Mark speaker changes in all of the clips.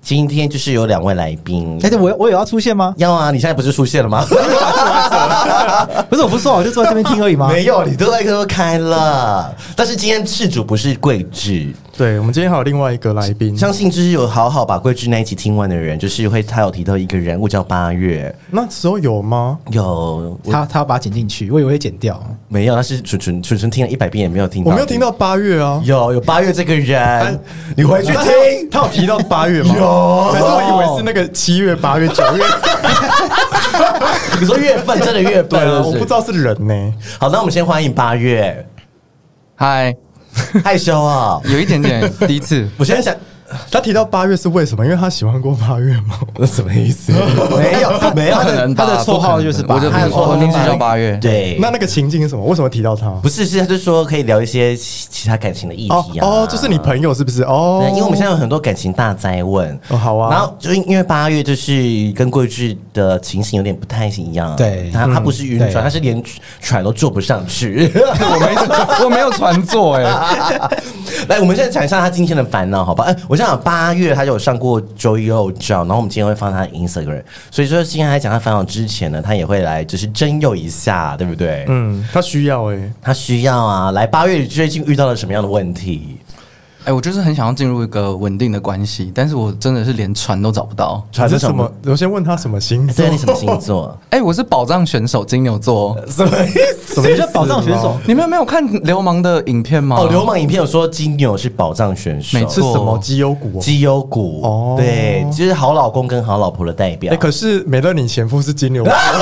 Speaker 1: 今天就是有两位来宾，
Speaker 2: 哎
Speaker 3: 而且我我有要出现吗？
Speaker 1: 要啊，你现在不是出现了 吗？
Speaker 3: 不是，我不是说我就坐在这边听而已 吗？
Speaker 1: 没有，你都麦克都开了，但是今天事主不是桂枝。
Speaker 4: 对我们今天还有另外一个来宾，
Speaker 1: 相信就是有好好把桂枝那一集听完的人，就是会他有提到一个人物叫八月，
Speaker 4: 那时候有吗？
Speaker 1: 有我
Speaker 3: 他他要把它剪进去，我以为会剪掉。
Speaker 1: 没有？他是纯纯纯纯听了一百遍也没有听到，
Speaker 4: 我没有听到八月啊，
Speaker 1: 有有八月这个人，你回去听。
Speaker 4: 哎他有提到八月吗？
Speaker 1: 有
Speaker 4: 可是我以为是那个七月、八月、九月，
Speaker 1: 你说月份真的月份
Speaker 4: 对
Speaker 1: 了，
Speaker 4: 啊，
Speaker 1: 是
Speaker 4: 我
Speaker 1: 是
Speaker 4: 不知。道是人呢、
Speaker 1: 好，那我们先欢迎八月，
Speaker 2: 嗨，
Speaker 1: 害羞啊、
Speaker 2: 有一点点 第一次，
Speaker 1: 我现在想。
Speaker 4: 他提到八月是为什么？因为他喜欢过八月 吗？
Speaker 1: 那什么意思？ 没有，没有
Speaker 2: 不可能吧
Speaker 3: 他的绰号就是八
Speaker 2: 我的
Speaker 3: 他
Speaker 1: 的绰号
Speaker 2: 我
Speaker 1: 就是八
Speaker 2: 名字叫八月，
Speaker 1: 对，
Speaker 4: 那那个情境是什么？为什么提到他？
Speaker 1: 不是，是他就说可以聊一些其其他感情的议
Speaker 4: 哦
Speaker 1: 题啊。
Speaker 4: 哦，就是你朋友是不是？哦
Speaker 1: 对，，因为我们现在有很多感情大灾问。
Speaker 4: 哦好啊
Speaker 1: 然后就因因为八月就是跟过去的情形有点不太一样，
Speaker 3: 对
Speaker 1: 他他不是晕
Speaker 3: 对
Speaker 1: 船，他是连喘都坐不上去。
Speaker 2: 我没我 没有传座哎，
Speaker 1: 来，我们现在讲一下他今天的烦恼，好吧？哎、我想想，八月他就有上过 Joy o 然后我们今天会放他的 Instagram，所以说今天在讲他烦恼之前呢，他也会来就是征友一下，对不对？
Speaker 4: 嗯，他需要哎、
Speaker 1: 他需要啊。来，八月最近遇到了什么样的问题？
Speaker 2: 哎，我就是很想要进入一个稳定的关系，但是我真的是连船都找不到。
Speaker 1: 传
Speaker 4: 你
Speaker 1: 说
Speaker 4: 是什么？？我先问他什么星
Speaker 1: 哎
Speaker 4: 座？
Speaker 1: 对，你什么星座？
Speaker 2: 哎，我是宝藏选手金牛座，哦
Speaker 1: 什么意思？
Speaker 3: 什么叫宝藏选手？
Speaker 2: 你们有没有看流氓的影片吗？
Speaker 1: 哦，流氓影片有说金牛是宝藏选手，
Speaker 2: 没
Speaker 4: 是
Speaker 2: 错
Speaker 4: 什么绩优股、哦？
Speaker 1: 绩优股
Speaker 4: 哦
Speaker 1: 对，就是好老公跟好老婆的代表。
Speaker 4: 哎、可是美乐，你前夫是金牛座，
Speaker 1: 哎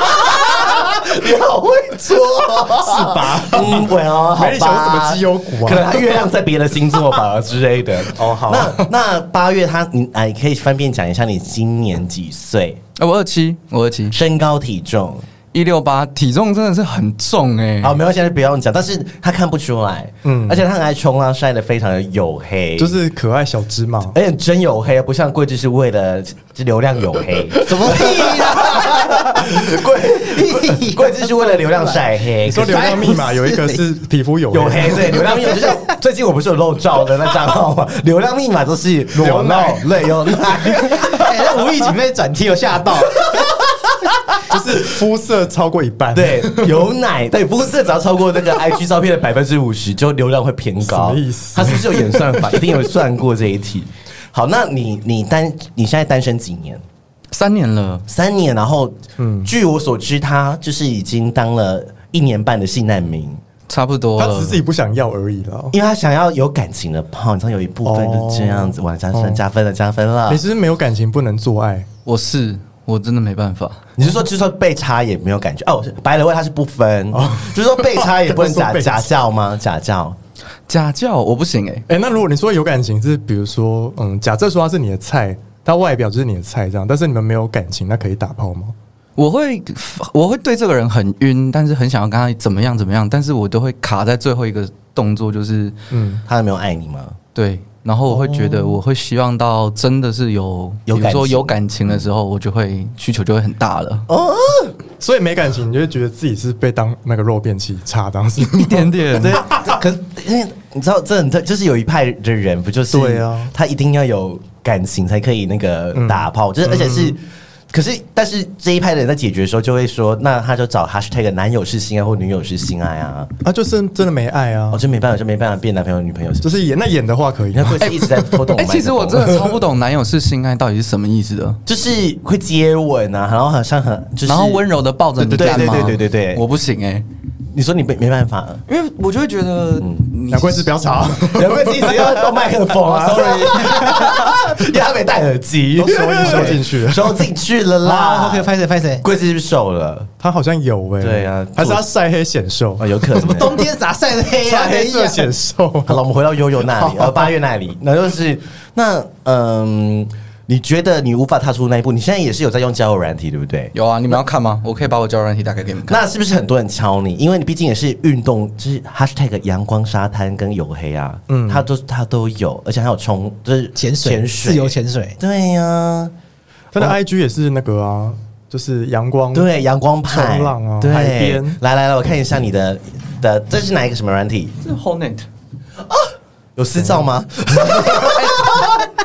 Speaker 1: 你好会说，是吧？嗯，对哦，好
Speaker 4: 美丽球是什么绩优股啊
Speaker 1: 可能他月亮在别的星座吧之类的。
Speaker 4: 哦好
Speaker 1: 那那八月他，你哎，可以翻遍讲一下你今年几岁，
Speaker 2: 哎，我二七，我二七
Speaker 1: 身高体重？
Speaker 2: 一六八，体重真的是很重哎。
Speaker 4: 啊
Speaker 1: 好，没关系，不用讲。但是他看不出来，嗯
Speaker 4: 嗯，
Speaker 1: 而且他很爱冲浪，晒得非常的黝黑，
Speaker 4: 就。是可爱小芝麻。
Speaker 1: 而且真黝黑，啊不像桂枝是为了流量黝 黑，什么屁 啊！桂桂枝是为了流量晒黑，
Speaker 4: 你说流量密码有一个是皮肤有
Speaker 1: 哎有黑对，流量密码就 像最近我不是有漏照的那账号吗？流量密码都是裸
Speaker 4: 有
Speaker 1: 露
Speaker 4: 奶，
Speaker 1: 对， 有奶。
Speaker 3: 哎那无意间被转贴，我吓到。
Speaker 4: 就是肤色超过一半。，
Speaker 1: 对，有奶，对，肤色只要超过那个 IG 照片的百分之五十，就流量会偏高。
Speaker 4: 什么意思
Speaker 1: 他是不是有演算法？一定有算过这一题。好，那你你单你现在单身几年？
Speaker 2: 三年了，
Speaker 1: 三年，然后，嗯，据我所知，他就是已经当了一年半的性难民，
Speaker 2: 差不多
Speaker 4: 他只是
Speaker 2: 了
Speaker 4: 自。己不想要而已啦。
Speaker 1: 因为他想要有感情的泡，你知道有一部分就是这样子，
Speaker 4: 哦
Speaker 1: 哇，加分加分了，加分了
Speaker 4: 你。是不是没有感情不能做爱？
Speaker 2: 我是我真的没办法，
Speaker 1: 你是说，就是说被插也没有感觉哦？白了位他是不分，就是说被插也 不能假
Speaker 4: 哦都说被插
Speaker 1: 假叫吗？假叫
Speaker 2: 家教我不行哎。
Speaker 4: 哎、那如果你说有感情，是比如说，嗯，假设说他是你的菜，他外表就是你的菜这样，但是你们没有感情，那可以打炮吗？
Speaker 2: 我会我会对这个人很晕，但是很想要跟他怎么样怎么样，但是我都会卡在最后一个动作，就是
Speaker 4: 嗯，
Speaker 1: 他有没有爱你吗？
Speaker 2: 对，然后我会觉得我会希望到真的是有，
Speaker 1: 有
Speaker 2: 比如
Speaker 1: 感
Speaker 2: 说
Speaker 1: 情
Speaker 2: 有感情的时候，我就会需求就会很大了，
Speaker 4: 所以没感情，你就会觉得自己是被当那个肉便器插当时。
Speaker 2: 一点点。
Speaker 1: 对，可因为你知道，这很特就是有一派的人，不就是
Speaker 4: 对啊
Speaker 1: 他一定要有感情才可以那个打
Speaker 4: 嗯
Speaker 1: 炮，就是而且是。可是，但是这一派的人在解决的时候，就会说，那他就找 hashtag 男友是性爱或女友是性爱啊，
Speaker 4: 啊，就是真的没爱啊
Speaker 1: 哦，，就没办法，就没办法变男朋友女朋友是。
Speaker 4: 就是演那演的话可以
Speaker 1: 你。看，会一直在偷动 麦
Speaker 2: 哎、
Speaker 1: 克风。
Speaker 2: 其实我真的超不懂男友是性爱到底是什么意思的，
Speaker 1: 就是会接吻啊，然后好像很就是，
Speaker 2: 然后温柔的抱着你
Speaker 1: 对对对
Speaker 2: 干嘛？
Speaker 1: 对对对对对
Speaker 2: 我不行哎、
Speaker 1: 你说你没没办 法，
Speaker 2: 因为我就会觉得你
Speaker 4: 难怪是不要吵，
Speaker 1: 有没有一直要用麦克风 啊？Sorry，因为他没戴耳机，
Speaker 4: 都收音收进去了
Speaker 1: 收进去了
Speaker 2: 哦
Speaker 3: 啦
Speaker 1: 啦。
Speaker 3: ，OK，拍谁拍谁？
Speaker 1: 贵子是不是瘦了？
Speaker 4: 他好像有哎、
Speaker 1: 对啊
Speaker 4: 还是他晒黑显瘦
Speaker 1: 啊，，有可能。
Speaker 3: 冬天咋晒得黑呀？
Speaker 4: 晒黑色显瘦。
Speaker 1: 好了，我们回到悠悠那里，呃，八月那里，那就是那嗯。你觉得你无法踏出那一步，你现在也是有在用交友软体，对不对？
Speaker 2: 有啊，你们要看吗？我可以把我交友软体打开给你们看。
Speaker 1: 那是不是很多人敲你？因为你毕竟也是运动，就是 hashtag 阳光沙滩跟黝黑啊，嗯，他都他都有，而且还有冲，就是
Speaker 3: 潜水、
Speaker 1: 潜水
Speaker 3: 自由，潜水，
Speaker 1: 对呀、
Speaker 4: 他的 IG 也是那个啊，就是阳光，
Speaker 1: 对，阳光派，
Speaker 4: 冲浪啊
Speaker 1: 对，
Speaker 4: 海边
Speaker 1: 来来来，我看一下你的的，这是哪一个什么软体？
Speaker 2: 这是 Hornet。
Speaker 1: 有私照吗？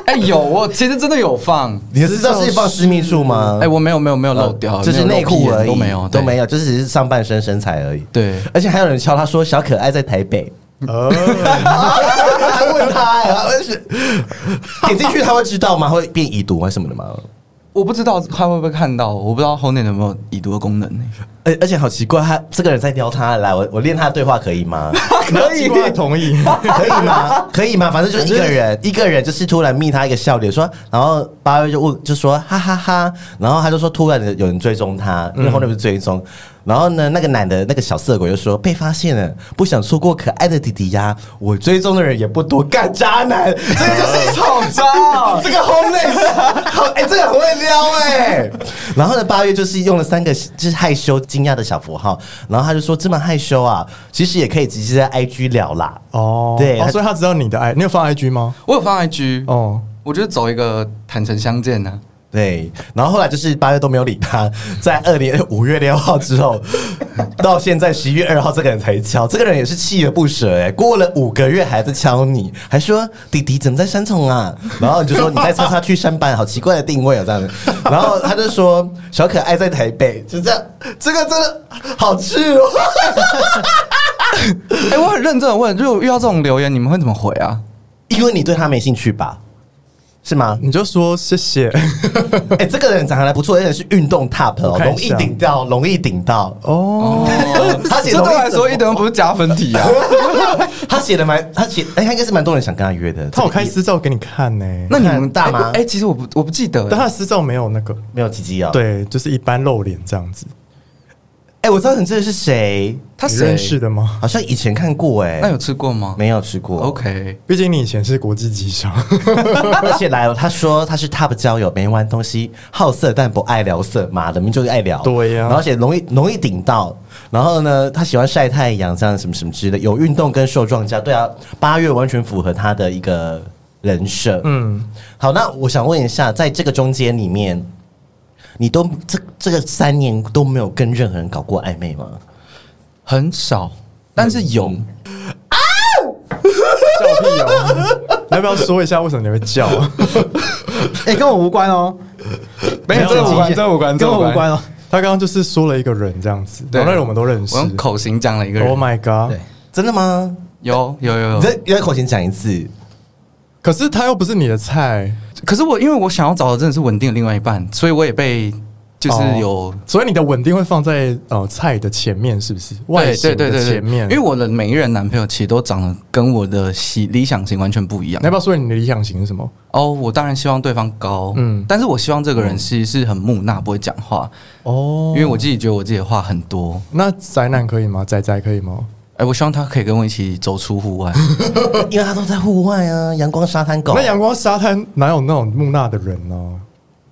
Speaker 2: 哎、有我其实真的有放。
Speaker 1: 你的私照是放私密处吗？
Speaker 2: 哎、我没有没有没有漏掉，
Speaker 1: 嗯呃就是
Speaker 2: 没有
Speaker 1: 内
Speaker 2: 露屁
Speaker 1: 裤
Speaker 2: 眼
Speaker 1: 而已，
Speaker 2: 都没有
Speaker 1: 都没
Speaker 2: 有。
Speaker 1: 有，就是只是上半身身材而已。
Speaker 2: 对，
Speaker 1: 而且还有人敲他说小可爱在台北，
Speaker 4: 呃，
Speaker 1: 还问他哎、欸，是点进去他会知道吗？会变已读还是什么的吗？
Speaker 2: 我不知道他会不会看到，我不知道 Hornet 有没有已读的功能、呢？
Speaker 1: 而而且好奇怪，他这个人在撩他，来我我练他的对话 可以吗？
Speaker 4: 可以，同意。
Speaker 1: 可以吗？可以吗？反正就是一个人，一个人就是突然密他一个笑脸，说，然后八月就问，就说哈哈哈然后他就说突然有人追踪他，因为后面不是追踪，然后呢，那个男的那个小色鬼就说被发现了，不想错过可爱的弟弟呀，我追踪的人也不多，干渣男，这个就是
Speaker 2: 好渣、
Speaker 1: 这个好累，好哎、这个很会撩哎、然后呢，八月就是用了三个就是害羞、惊讶的小符号，然后他就说这么害羞啊，其实也可以直接在 IG 聊啦。
Speaker 4: 哦，
Speaker 1: 对
Speaker 4: 哦
Speaker 1: 他
Speaker 4: 所以他知道你的 I，你有放 IG 吗？
Speaker 2: 我有放 IG，、
Speaker 4: 哦，
Speaker 2: 我就是走一个坦诚相见 啊呢、
Speaker 1: 对，然后后来就是八月都没有理他，在二年哎五月六号之后，到现在十一月二号，这个人才敲，这个人也是锲而不舍哎、过了五个月还在敲你，还说弟弟怎么在山丛啊？然后你就说你在叉叉去山板，好奇怪的定位啊这样子，然后他就说小可爱在台北，就这样，这个真的好赤裸，
Speaker 2: 哎、我很认真的问，如果遇到这种留言，你们会怎么回啊？
Speaker 1: 因为你对他没兴趣吧？是 吗？
Speaker 4: 你就说谢谢。
Speaker 1: 哎、这个人长得还不错，而且是运动 top 哦
Speaker 4: 我，看
Speaker 1: 容
Speaker 4: 一
Speaker 1: 易
Speaker 4: 下
Speaker 1: 顶到，容易顶到。
Speaker 4: 哦，
Speaker 1: 他写
Speaker 2: 这
Speaker 1: 容易
Speaker 2: 对我来
Speaker 1: 什
Speaker 2: 说
Speaker 1: 么
Speaker 2: 一点都不是加分题 啊。
Speaker 1: 他写的蛮，他写，哎、他应该是蛮多人想跟他约的。
Speaker 4: 他有
Speaker 1: 这个
Speaker 4: 开
Speaker 1: 也
Speaker 4: 私照给你看呢、
Speaker 2: 那你们
Speaker 1: 看大
Speaker 2: 哎
Speaker 1: 吗
Speaker 2: 哎、其实我不我不记得、
Speaker 4: 但他的私照没有那个，
Speaker 1: 没有鸡鸡啊？，
Speaker 4: 对，就是一般露脸这样子。
Speaker 1: 哎、我知道你这个是谁，
Speaker 2: 他
Speaker 4: 你
Speaker 2: 谁
Speaker 4: 认识的吗？
Speaker 1: 好像以前看过哎、
Speaker 2: 那有吃过吗？
Speaker 1: 没有吃过
Speaker 4: 哦
Speaker 2: OK，
Speaker 4: 毕竟你以前是国际机商，
Speaker 1: 而且来了，他说他是 top 交友，没玩东西，好色但不爱聊色，妈的，明明就是爱聊。
Speaker 4: 对呀
Speaker 1: 然后而且容易容易顶到，然后呢，他喜欢晒太阳，这样什么什么之类的，有运动跟瘦壮家，对啊，八月完全符合他的一个人设。嗯，好，那我想问一下，在这个中间里面，你都这这个三年都没有跟任何人搞过暧昧吗？
Speaker 2: 很少，但是有。
Speaker 4: 叫屁哦！你要不要说一下为什么你会叫？
Speaker 3: 哎、跟我无关哦，
Speaker 2: 没有
Speaker 3: 这个无关
Speaker 2: 这个无关
Speaker 3: 跟我无关哦。
Speaker 4: 他刚刚就是说了一个人这样子，
Speaker 2: 对
Speaker 4: 然后那人我们都认识
Speaker 2: 我。用口型讲了一个人。
Speaker 4: Oh my god！
Speaker 3: 对，
Speaker 1: 真的吗？
Speaker 2: 有有有
Speaker 3: 哦
Speaker 1: 你
Speaker 2: 有，
Speaker 1: 再你再口型讲一次。
Speaker 4: 可是他又不是你的菜，
Speaker 2: 可是我因为我想要找的真的是稳定的另外一半，所以我也被就是有
Speaker 4: 哦所以你的稳定会放在呃菜的前面，是不是？外
Speaker 2: 对
Speaker 4: 形
Speaker 2: 对对
Speaker 4: 的
Speaker 2: 对对
Speaker 4: 前面。
Speaker 2: 因为我的每一任男朋友其实都长得跟我的喜理想型完全不一样
Speaker 4: 你。要不要说你的理想型是什么？
Speaker 2: 哦，我当然希望对方高，
Speaker 4: 嗯
Speaker 2: 嗯，但是我希望这个人是是很木讷，不会讲话，
Speaker 4: 哦
Speaker 2: 因为我自己觉得我自己的话很多。
Speaker 4: 那宅男可以吗？宅宅可以吗？
Speaker 2: 哎、我希望他可以跟我一起走出户 外。
Speaker 1: 因为他都在户外啊，阳光沙滩狗。
Speaker 4: 那阳光沙滩哪有那种木讷的人呢、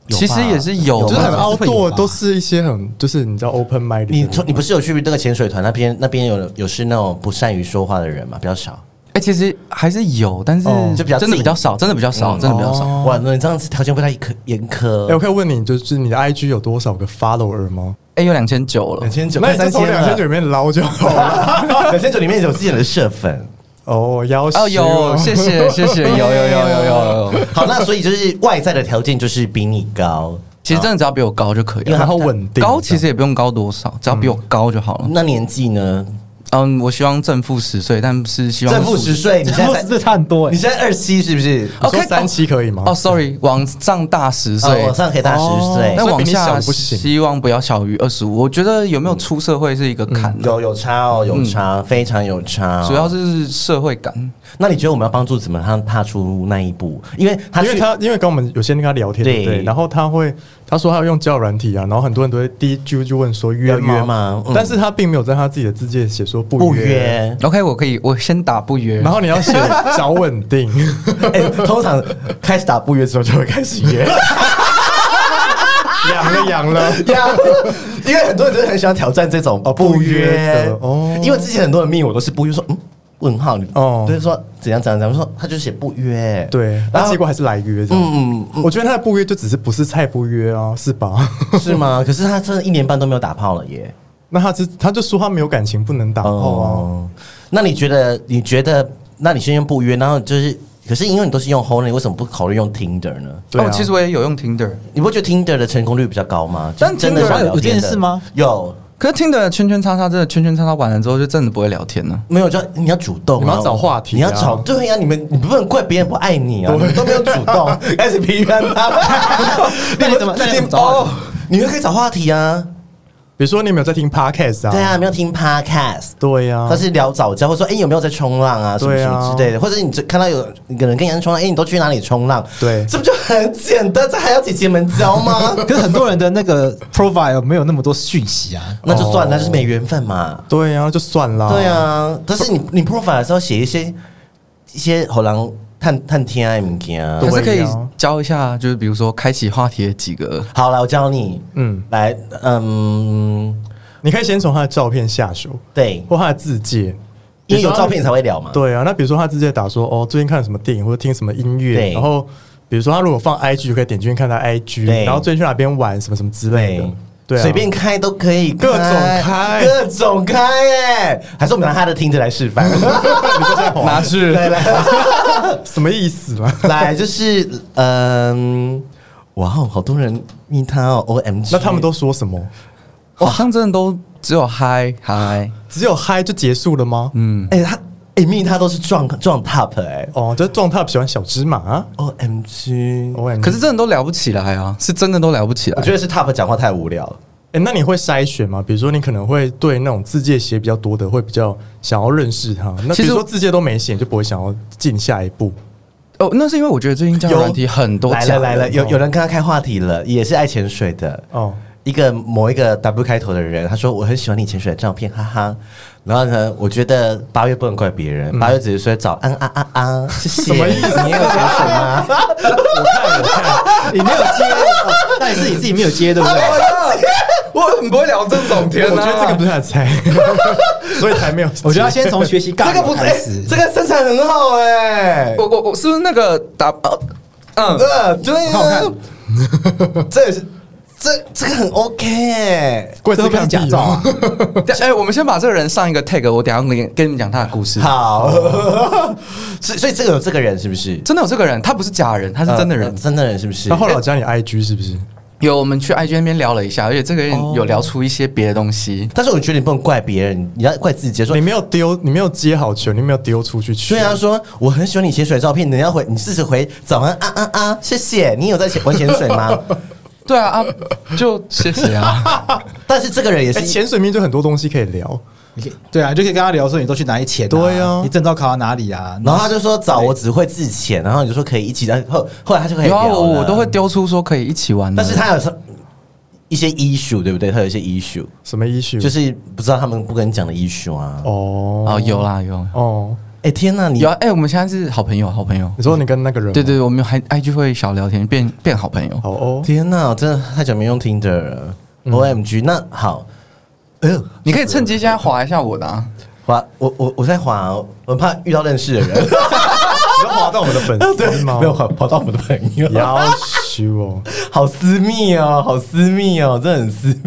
Speaker 1: 有吧
Speaker 2: 其实也是有
Speaker 1: 有
Speaker 4: 就
Speaker 1: 吧
Speaker 4: 是很
Speaker 3: 吧
Speaker 4: 凹
Speaker 3: 会有
Speaker 4: 舵，
Speaker 3: 吧
Speaker 4: 都是一些很就是你知道 open mind
Speaker 1: 你
Speaker 4: 的
Speaker 1: 从
Speaker 4: 人。
Speaker 1: 你不是有去那个潜水团那边？那边有有是那种不善于说话的人嘛，比较少。
Speaker 2: 哎、其实还是有，但是
Speaker 1: 哦就比较
Speaker 2: 真的
Speaker 1: 近
Speaker 2: 比较少，真的比较少，
Speaker 1: 嗯
Speaker 2: 真的比较
Speaker 4: 哦
Speaker 2: 少。
Speaker 1: 哇，那你这样子条件不太苛严
Speaker 4: 哎、我
Speaker 1: 苛。
Speaker 4: 可以问你，就是你的 IG 有多少个 follower 吗？
Speaker 2: 哎、有两千九了，
Speaker 1: 千
Speaker 4: 那你就从两千九里面捞就好 了。
Speaker 1: 两千九里面有自己的社粉。
Speaker 4: 哦，要死
Speaker 2: 哦，有，谢 谢谢谢，有有有有有有，
Speaker 1: 好，那所以就是外在的条件就是比你高。
Speaker 2: 其实真的只要比我高就可以
Speaker 1: 因为
Speaker 2: 了。
Speaker 4: 然后稳定
Speaker 2: 高其实也不用高多少，只要比我高就好了。
Speaker 1: 那年纪呢？
Speaker 2: 嗯，我希望正负十岁，但是希望
Speaker 1: 正负十哎岁，你现在
Speaker 3: 这
Speaker 1: 才
Speaker 3: 这差很多哎
Speaker 1: 你、现在二十七是不是？
Speaker 4: 你说
Speaker 2: OK，
Speaker 4: 三七可以吗？
Speaker 2: 哦，sorry，往上大十
Speaker 1: 哦
Speaker 2: 岁，哦
Speaker 1: 我上可以大十岁
Speaker 2: 那
Speaker 4: 所以比
Speaker 2: 往
Speaker 4: 你小
Speaker 2: 下
Speaker 4: 的不行
Speaker 2: 希望不要小于二十五。我觉得有没有出社会是一个坎啊，
Speaker 1: 有有差哦，有差，非常有差哦。
Speaker 2: 主要是社会感。
Speaker 1: 那你觉得我们要帮助怎么样踏出那一步？因为他
Speaker 4: 因为
Speaker 1: 去
Speaker 4: 他因为跟我们有些人跟他聊天，对不
Speaker 1: 对
Speaker 4: 对，然后他会，他说他要用交友软体啊，然后很多人都会第一句就问说约
Speaker 1: 要约吗嗯
Speaker 4: 但是他并没有在他自己的字界写说
Speaker 1: 不
Speaker 4: 不约，
Speaker 1: 约。
Speaker 2: OK，我可以，我先打不约，
Speaker 4: 然后你要写找稳 定，
Speaker 1: 哎，通常开始打不约之后就会开始 约，
Speaker 4: 养了养了。
Speaker 1: 因为很多人真的很喜欢挑战这种
Speaker 4: 哦
Speaker 1: 不
Speaker 4: 不约
Speaker 1: 约
Speaker 4: 的哦
Speaker 1: 因为之前很多人命我都是不约，说嗯问号，哦
Speaker 4: 哦，
Speaker 1: 就是说怎样怎样怎样，说他就写不约，
Speaker 4: 对，
Speaker 1: 然
Speaker 4: 那
Speaker 1: 后
Speaker 4: 结果还是来约这样。
Speaker 1: 嗯嗯
Speaker 4: 我觉得他的不约就只是不是菜不约啊，是吧？
Speaker 1: 嗯是吗？可是他真的一年半都没有打炮了耶。
Speaker 4: 那他只他就说他没有感情，不能打炮啊。
Speaker 1: 哦，那你觉得？你觉得？那你先用不约，然后就是，可是因为你都是用 h o l e 你为什么不考虑用 Tinder 呢？
Speaker 4: 对啊
Speaker 2: 哦，其实我也有用 Tinder，
Speaker 1: 你不觉得 Tinder 的成功率比较高吗？
Speaker 3: 但
Speaker 1: 就是真的
Speaker 3: Tinder
Speaker 1: 想聊
Speaker 3: 有有这件
Speaker 1: 天的
Speaker 3: 事吗？
Speaker 1: 有，
Speaker 2: 可是 Tinder 的圈圈叉叉真的圈圈叉叉完了之后，就真的不会聊天了。
Speaker 1: 没有就你要主动啊，
Speaker 4: 你们要找话题啊
Speaker 1: 你要找对呀、你们你不能怪别人不爱你啊，你们都没有主动，开始批判他们，
Speaker 3: 那你怎么那你怎么找话题
Speaker 1: 哦？你们可以找话题啊，
Speaker 4: 比如说你有没有在听 podcast 啊？
Speaker 1: 对啊，，没有听 podcast。
Speaker 4: 对啊
Speaker 1: 或。是聊早教，或者说哎、诶有没有在冲浪啊，什么
Speaker 4: 对
Speaker 1: 什
Speaker 4: 啊
Speaker 1: 么之类的，或者你这看到有一个人跟人家冲浪，哎、你都去哪里冲浪？
Speaker 4: 对
Speaker 1: 这不就很简单？这还要姐姐们教 吗？
Speaker 3: 可是很多人的那个 profile 没有那么多讯息啊。
Speaker 1: 那就算了，那就是没缘分嘛。
Speaker 4: 对啊，就算啦。
Speaker 1: 对，啊，但是你你 profile 的时候写一些一些好狼探探天爱物件啊
Speaker 4: 对
Speaker 2: 可。是可以
Speaker 4: 对啊
Speaker 2: 教一下，就是比如说开启话题的几个，
Speaker 1: 好了，我教你，
Speaker 4: 嗯，
Speaker 1: 来，嗯，
Speaker 4: 你可以先从他的照片下手，
Speaker 1: 对，
Speaker 4: 或他的字界，
Speaker 1: 因为有照片才会聊嘛。
Speaker 4: 对啊，那比如说他直接打说哦，最近看了什么电影或者听什么音乐
Speaker 1: 对，
Speaker 4: 然后比如说他如果放 IG 就可以点进去看他
Speaker 1: 对
Speaker 4: IG，然后最近去哪边玩什么什么之类的
Speaker 1: 对，，
Speaker 4: 对啊，
Speaker 1: 随便开都可以，
Speaker 4: 各种开
Speaker 1: 各种开，哎，还是我们拿他的听着来示 范。
Speaker 2: 拿去
Speaker 1: 来来
Speaker 4: 什么意思 嘛？
Speaker 1: 来，就是嗯，哇哦，好多人密他哦，O M G，
Speaker 4: 那他们都说什么？
Speaker 2: 好像真的都只有嗨嗨，
Speaker 4: 只有嗨就结束了吗？
Speaker 2: 嗯，
Speaker 1: 哎、他哎密他都是撞撞 top 哎、
Speaker 4: 哦，就是撞 top 喜欢小芝麻哦啊
Speaker 1: o M G，
Speaker 4: ，O M。
Speaker 2: 可是真的都聊不起来啊，是真的都聊不起
Speaker 1: 我
Speaker 2: 来
Speaker 1: 觉。得是 top 讲话太无聊了。
Speaker 4: 哎、那你会筛选吗？比如说，你可能会对那种字界写比较多的，会比较想要认识他。那比
Speaker 2: 其实
Speaker 4: 如说字界都没写，你就不会想要进下一步。
Speaker 2: 哦，那是因为我觉得最近交
Speaker 3: 啊
Speaker 2: 友
Speaker 1: 有
Speaker 2: 软体很多
Speaker 1: 来了
Speaker 2: 假的
Speaker 1: 来了，
Speaker 3: 哦
Speaker 1: 有有人跟他开话题了，也是爱潜水的。
Speaker 4: 哦，
Speaker 1: 一个某一个 W 开头的人，他说我很喜欢你潜水的照片，哈哈。然后呢，我觉得八月不能怪别
Speaker 3: 嗯
Speaker 1: 人，八月只是说早安啊啊啊，谢谢。
Speaker 4: 什么意思
Speaker 1: 你也有潜水吗？
Speaker 3: 你没有接，哦那也是你自己没有接，对不对？
Speaker 2: 我很不会聊这种天啊
Speaker 4: 我觉得这个不是他的菜，所以才没有。
Speaker 3: 我觉得要先从学习尬
Speaker 1: 这个
Speaker 3: 聊
Speaker 1: 不
Speaker 3: 开
Speaker 1: 哎
Speaker 3: 始，。
Speaker 1: 这个身材很好哎、
Speaker 2: 我我我是不是那个打呃嗯
Speaker 1: 呃，对
Speaker 3: 好
Speaker 1: 啊
Speaker 3: 看，
Speaker 1: 这也是这这个很 OK 哎、
Speaker 4: 贵
Speaker 3: 这
Speaker 4: 司
Speaker 3: 会不
Speaker 4: 看哦
Speaker 3: 会是
Speaker 4: 屁
Speaker 3: 假照啊？
Speaker 1: 呃
Speaker 2: 等哎、我们先把这个人上一个 tag，我等一下跟你跟你们讲他的故事。
Speaker 1: 好， 所以所以这个有这个人是不是？
Speaker 2: 真的有这个人，他不是假人，他
Speaker 1: 他
Speaker 2: 是真的人。
Speaker 1: 真的人是不是？
Speaker 4: 然后后来我加你 IG 是不是？
Speaker 2: 有我们去 IG 那边聊了一下，而且这个人
Speaker 1: 哦
Speaker 2: 有聊出一些别的东西。
Speaker 1: 但是我觉得你不能怪别人，你要怪自己。说啊
Speaker 4: 你没有丢，你没有接好球，你没有丢出去球。
Speaker 1: 虽然说我很喜欢你潜水的照片，你要回你试试回早安啊啊啊，谢谢。你有在潜玩潜水吗？
Speaker 2: 对啊啊，就谢谢啊。
Speaker 1: 但是这个人也
Speaker 4: 哎，
Speaker 1: 是，
Speaker 4: 潜水面就很多东西可以聊。
Speaker 3: 你可以对啊，你就可以跟他聊说你都去哪里潜、啊，
Speaker 4: 对啊
Speaker 3: 你证照考到哪里啊？
Speaker 1: 然后他就说早，我只会自潜，然后你就说可以一起，然后后后来他就可以
Speaker 2: 有
Speaker 1: 聊
Speaker 2: 啊，
Speaker 1: 了。
Speaker 2: 我我都会丢出说可以一起玩的。
Speaker 1: 但是他有一些 issue，对不对？他有一些 issue，
Speaker 4: 什么 issue？
Speaker 1: 就是不知道他们不跟你讲的 issue 啊。
Speaker 4: 嗯哦
Speaker 2: 哦有啦有
Speaker 4: 哦，
Speaker 1: 哎、天呐，你
Speaker 2: 有啊哎、我们现在是好朋友好朋友。
Speaker 4: 你说你跟那个人吗？
Speaker 2: 对对，我们有还 IG 会小聊天，变变好朋友。
Speaker 4: 好哦，
Speaker 1: 天呐，我真的太久没用 Tinder 了。O
Speaker 4: 嗯
Speaker 1: M G，那好，哎
Speaker 4: 呃
Speaker 1: 呦，
Speaker 2: 你可以趁机现在划一下我的、啊。
Speaker 1: 滑我我我在滑，我很怕遇到认识的 人，
Speaker 4: 你要划到我们的 粉丝吗？
Speaker 1: 没有滑跑到我们的朋友，
Speaker 4: 要修哦。
Speaker 1: 好私密哦，好私密哦，这很私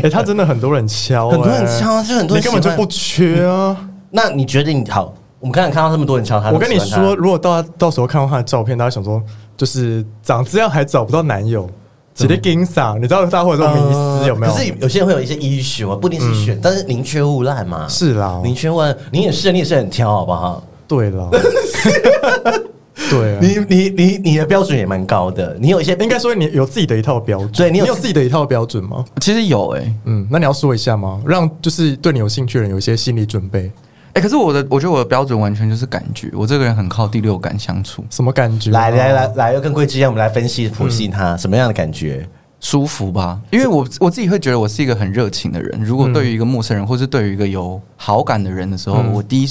Speaker 4: 哎、。他真的很多人敲、欸，
Speaker 1: 很多人敲啊就很多人
Speaker 4: 你根本
Speaker 1: 喜
Speaker 4: 就
Speaker 1: 欢
Speaker 4: 不缺啊！
Speaker 1: 那你觉得你好？我们刚才看到这么多人 敲他，
Speaker 4: 我跟你
Speaker 1: 都喜欢他
Speaker 4: 说，，如果到到时候看到他的照片，大家想说，就是长这样还找不到男友，直接跟上，你知道大家会有这种迷思呃有没有？
Speaker 1: 呃可是有些人会有一些 issue 啊，不一定是选，但是宁缺毋滥嘛。
Speaker 4: 是哦啦
Speaker 1: 宁缺毋滥，你也是，你也是很挑，好不好？
Speaker 4: 对啦， 对啊，
Speaker 1: 你你你你的标准也蛮高的，你有一些哎
Speaker 4: 应该说你有自己的一套标准，
Speaker 1: 对你
Speaker 4: 你有
Speaker 1: 有
Speaker 4: 自己的一套标准吗？
Speaker 2: 其实有哎、
Speaker 4: 嗯，那你要说一下吗？让就是对你有兴趣的人有一些心理准备，
Speaker 2: 哎、可是我的，我觉得我的标准完全就是感觉，我这个人很靠第六感相处。
Speaker 4: 什么感觉、啊
Speaker 1: 来来来，来，又跟桂枝一样，我们来分析剖析他、什么样的感觉。
Speaker 2: 舒服吧，因为我我自己会觉得我是一个很热情的人。如果对于一个陌生人，或是对于一个有好感的人的时候，
Speaker 4: 嗯
Speaker 2: 我第一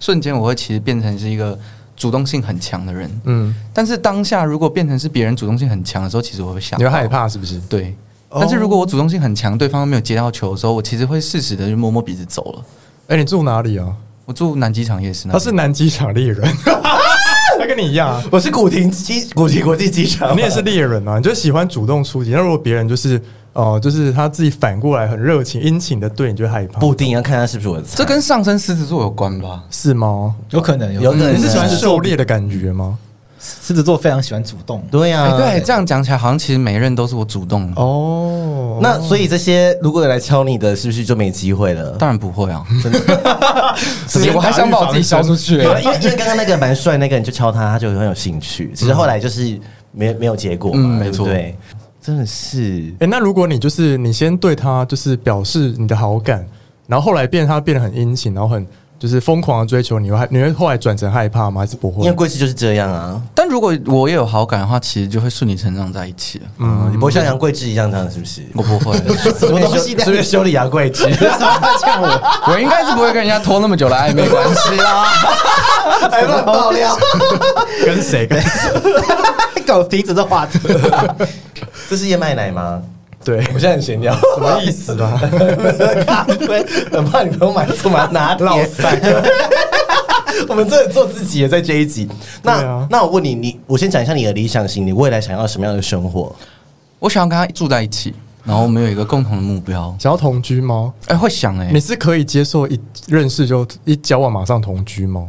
Speaker 2: 瞬间我会其实变成是一个主动性很强的人。
Speaker 4: 嗯，
Speaker 2: 但是当下如果变成是别人主动性很强的时候，其实我会想，
Speaker 4: 你会害，怕是不是？
Speaker 2: 对。
Speaker 4: 哦
Speaker 2: 但是如果我主动性很强，对方没有接到球的时候，我其实会适时的就摸摸鼻子走了。
Speaker 4: 哎、你住哪里啊？
Speaker 2: 我住南机场夜市那
Speaker 4: 他
Speaker 2: 边，
Speaker 4: 是南机场猎 人，他跟你一样啊。
Speaker 1: 我是古亭机古亭国际机场，
Speaker 4: 你也是猎人啊，你就喜欢主动出击。那如果别人就是哦、呃就是他自己反过来很热情、殷勤的对你，就害怕，
Speaker 1: 不一定要看他是不是我的菜。
Speaker 2: 这跟上升狮子座有关吧？
Speaker 4: 是吗？
Speaker 3: 有可能
Speaker 1: 有可能
Speaker 4: 你是喜欢
Speaker 1: 嗯
Speaker 4: 狩猎的感觉吗？
Speaker 3: 狮子座非常喜欢主动，
Speaker 1: 对啊呀、
Speaker 2: 哎、对，这样讲起来好像其实每一任都是我主动的，
Speaker 4: 哦，
Speaker 1: 那所以这些如果有来敲你的，是不是就没机会了？
Speaker 2: 当然不会啊，
Speaker 1: 怎么
Speaker 2: 我还想把我自己消出去
Speaker 1: 因为因为刚刚那个蛮帅那个，你就敲他，他就很有兴趣。只是后来就是没没有结果嘛，
Speaker 2: 嗯
Speaker 1: 对
Speaker 2: 没
Speaker 1: 不
Speaker 2: 错
Speaker 1: 对，真的是
Speaker 4: 哎、那如果你就是你先对他就是表示你的好感，然后后来变他变得很殷勤，然后很就是疯狂的追求，你会害你会后来转成害怕吗？还是不
Speaker 1: 因为
Speaker 4: 会？
Speaker 1: 贵司就是这样啊。
Speaker 2: 但如果我也有好感的话，其实就会顺理成章在一起了。
Speaker 1: 嗯，你不会像杨贵枝一样这样，是不是？
Speaker 2: 我不会，
Speaker 1: 什么东西？是不是修理杨贵枝？
Speaker 2: 我应该是不会跟人家拖那么久的暧昧关系啦。
Speaker 1: 还不能爆料？
Speaker 4: 跟谁？跟谁？
Speaker 3: 搞停止这话题，
Speaker 1: 这是燕麦奶吗？
Speaker 4: 对，
Speaker 1: 我现在很闲聊，
Speaker 4: 什么意思啊 啦？
Speaker 1: 咖啡，很怕你朋友买什么拿铁。 我们真的做自己也在这一集。那、
Speaker 4: 对啊
Speaker 1: 那我问你，你我先讲一下你的理想型，你未来想要什么样的生活？
Speaker 2: 我想要跟他住在一起，然后我们有一个共同的目标。
Speaker 4: 想要同居吗？
Speaker 2: 哎、会想哎、
Speaker 4: 你是可以接受一认识就一交往马上同居吗？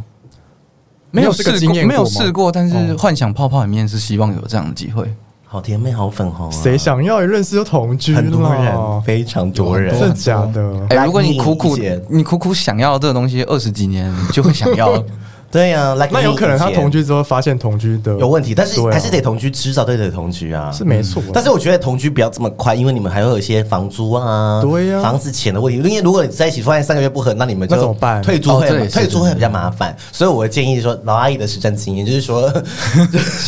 Speaker 2: 没有
Speaker 4: 你有这个
Speaker 2: 试
Speaker 4: 经
Speaker 2: 过，哦
Speaker 4: 验
Speaker 2: 没有
Speaker 4: 过吗
Speaker 2: 试过，但是幻想泡泡里面是希望有这样的机会。
Speaker 1: 好甜妹，好粉红、啊，
Speaker 4: 谁？想要认识就同居啦？
Speaker 1: 很多人，非常多人。
Speaker 4: 真的假的？
Speaker 2: 哎、
Speaker 1: Like
Speaker 2: 如果你苦苦
Speaker 1: me 一些
Speaker 2: 你苦苦想要这个东西二十几年，你就会想要。
Speaker 1: 对呀、啊，like
Speaker 4: 那有可能他
Speaker 1: me
Speaker 4: 同居之后发现同居的
Speaker 1: 有问题，但是
Speaker 4: 对啊
Speaker 1: 还是得同居，迟早都得同居啊。
Speaker 4: 是没错啊，
Speaker 1: 但是我觉得同居不要这么快，因为你们还会有一些房租啊，
Speaker 4: 对呀
Speaker 1: 房子钱的问题。因为如果你在一起发现三个月不合，那你们就
Speaker 4: 那怎么办
Speaker 1: 退租会、
Speaker 2: 哦这也是
Speaker 1: 退租会比较麻烦，所以我建议说，老阿姨的实战经验就是说，
Speaker 4: 啊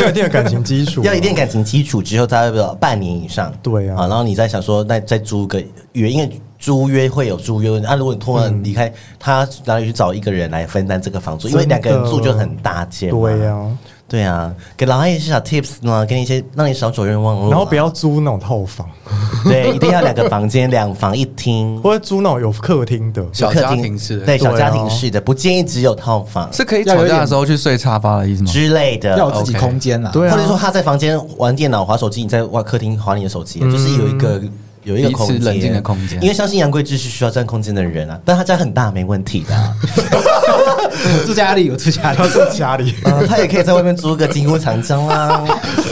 Speaker 4: 要有一定的感情基础，
Speaker 1: 要一定感情基础之后，大概要半年以上，
Speaker 4: 对啊
Speaker 1: 然后你再想说，那再租个约，因为租约会有租约问题啊。如果你突然离开，他哪里去找一个人来分担这个房租？因为
Speaker 4: 真的
Speaker 1: 两个人住就很大间，
Speaker 4: 对呀、，
Speaker 1: 对啊，给老阿姨一些小 tips 呢，给你一些让你少走冤枉路啊，
Speaker 4: 然后不要租那种套房，
Speaker 1: 对，一定要两个房间，两房一厅，
Speaker 4: 或者租那种有客厅 的。
Speaker 2: 小
Speaker 1: 客
Speaker 2: 家
Speaker 1: 厅
Speaker 2: 庭式的哦
Speaker 1: 对小
Speaker 4: 对
Speaker 1: 家
Speaker 4: 啊
Speaker 1: 庭式的，不建议只有套房
Speaker 2: 是可以吵架的时候去睡沙发的意思吗？
Speaker 1: 之类的，
Speaker 3: 要有自己
Speaker 2: OK
Speaker 3: 空间啦。
Speaker 4: 对啊
Speaker 1: 或者说他在房间玩电脑、划手机，你在外客厅划你的手机，就是有一个。有一个
Speaker 2: 嗯彼此
Speaker 1: 空间，
Speaker 2: 冷静的空间
Speaker 1: 因为相信杨贵志是需要这样空间的人啊，但他家很大，没问题的、 啊
Speaker 3: 有住家里有住家里
Speaker 4: 他，住家里，
Speaker 1: 呃他也可以在外面租个金屋藏娇 啦，